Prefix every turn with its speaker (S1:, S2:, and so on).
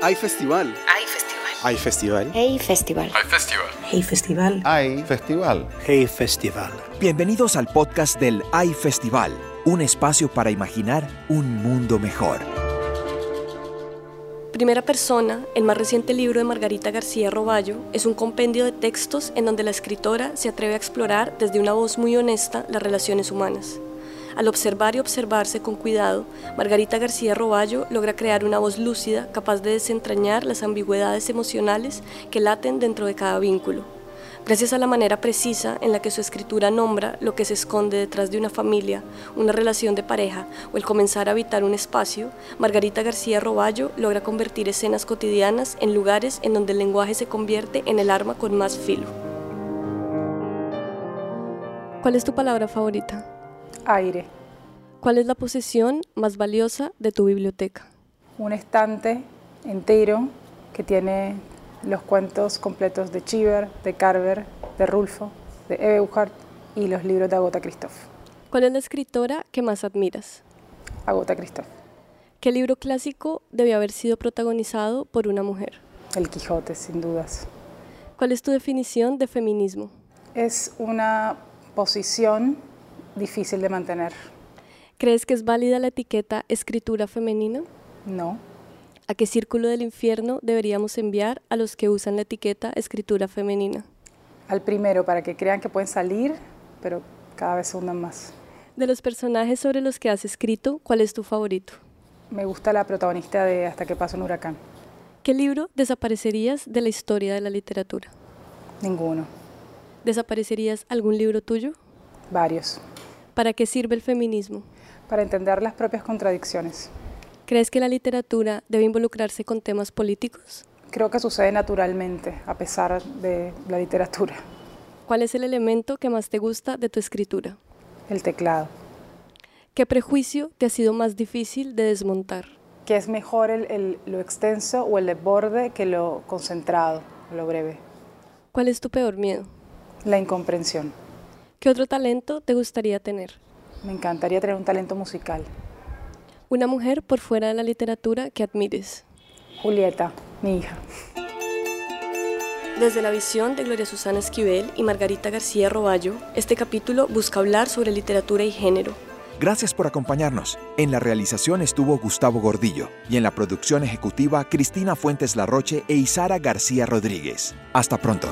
S1: Hay festival.
S2: Hay festival.
S3: Hay festival.
S4: Hey Festival.
S5: Hay festival.
S6: Hey Festival.
S7: Hay festival.
S8: Hey Festival.
S9: Bienvenidos al podcast del Hay Festival, un espacio para imaginar un mundo mejor.
S10: Primera Persona, el más reciente libro de Margarita García Roballo, es un compendio de textos en donde la escritora se atreve a explorar desde una voz muy honesta las relaciones humanas. Al observar y observarse con cuidado, Margarita García Roballo logra crear una voz lúcida capaz de desentrañar las ambigüedades emocionales que laten dentro de cada vínculo. Gracias a la manera precisa en la que su escritura nombra lo que se esconde detrás de una familia, una relación de pareja o el comenzar a habitar un espacio, Margarita García Roballo logra convertir escenas cotidianas en lugares en donde el lenguaje se convierte en el arma con más filo. ¿Cuál es tu palabra favorita?
S6: Aire.
S10: ¿Cuál es la posesión más valiosa de tu biblioteca?
S6: Un estante entero que tiene los cuentos completos de Chiver, de Carver, de Rulfo, de Eve Uhart y los libros de Agota Christoph.
S10: ¿Cuál es la escritora que más admiras?
S6: Agota Christoph.
S10: ¿Qué libro clásico debió haber sido protagonizado por una mujer?
S6: El Quijote, sin dudas.
S10: ¿Cuál es tu definición de feminismo?
S6: Es una posición difícil de mantener.
S10: ¿Crees que es válida la etiqueta escritura femenina?
S6: No.
S10: ¿A qué círculo del infierno deberíamos enviar a los que usan la etiqueta escritura femenina?
S6: Al primero, para que crean que pueden salir, pero cada vez se hundan más.
S10: De los personajes sobre los que has escrito, ¿cuál es tu favorito?
S6: Me gusta la protagonista de Hasta que pasa un huracán.
S10: ¿Qué libro desaparecerías de la historia de la literatura?
S6: Ninguno.
S10: ¿Desaparecerías algún libro tuyo?
S6: Varios.
S10: ¿Para qué sirve el feminismo?
S6: Para entender las propias contradicciones.
S10: ¿Crees que la literatura debe involucrarse con temas políticos?
S6: Creo que sucede naturalmente, a pesar de la literatura.
S10: ¿Cuál es el elemento que más te gusta de tu escritura?
S6: El teclado.
S10: ¿Qué prejuicio te ha sido más difícil de desmontar?
S6: Que es mejor el, el, lo extenso o el de borde que lo concentrado, lo breve.
S10: ¿Cuál es tu peor miedo?
S6: La incomprensión.
S10: ¿Qué otro talento te gustaría tener?
S6: Me encantaría tener un talento musical.
S10: Una mujer por fuera de la literatura que admires.
S6: Julieta, mi hija.
S10: Desde la visión de Gloria Susana Esquivel y Margarita García Roballo, este capítulo busca hablar sobre literatura y género.
S9: Gracias por acompañarnos. En la realización estuvo Gustavo Gordillo y en la producción ejecutiva Cristina Fuentes Larroche e Isara García Rodríguez. Hasta pronto.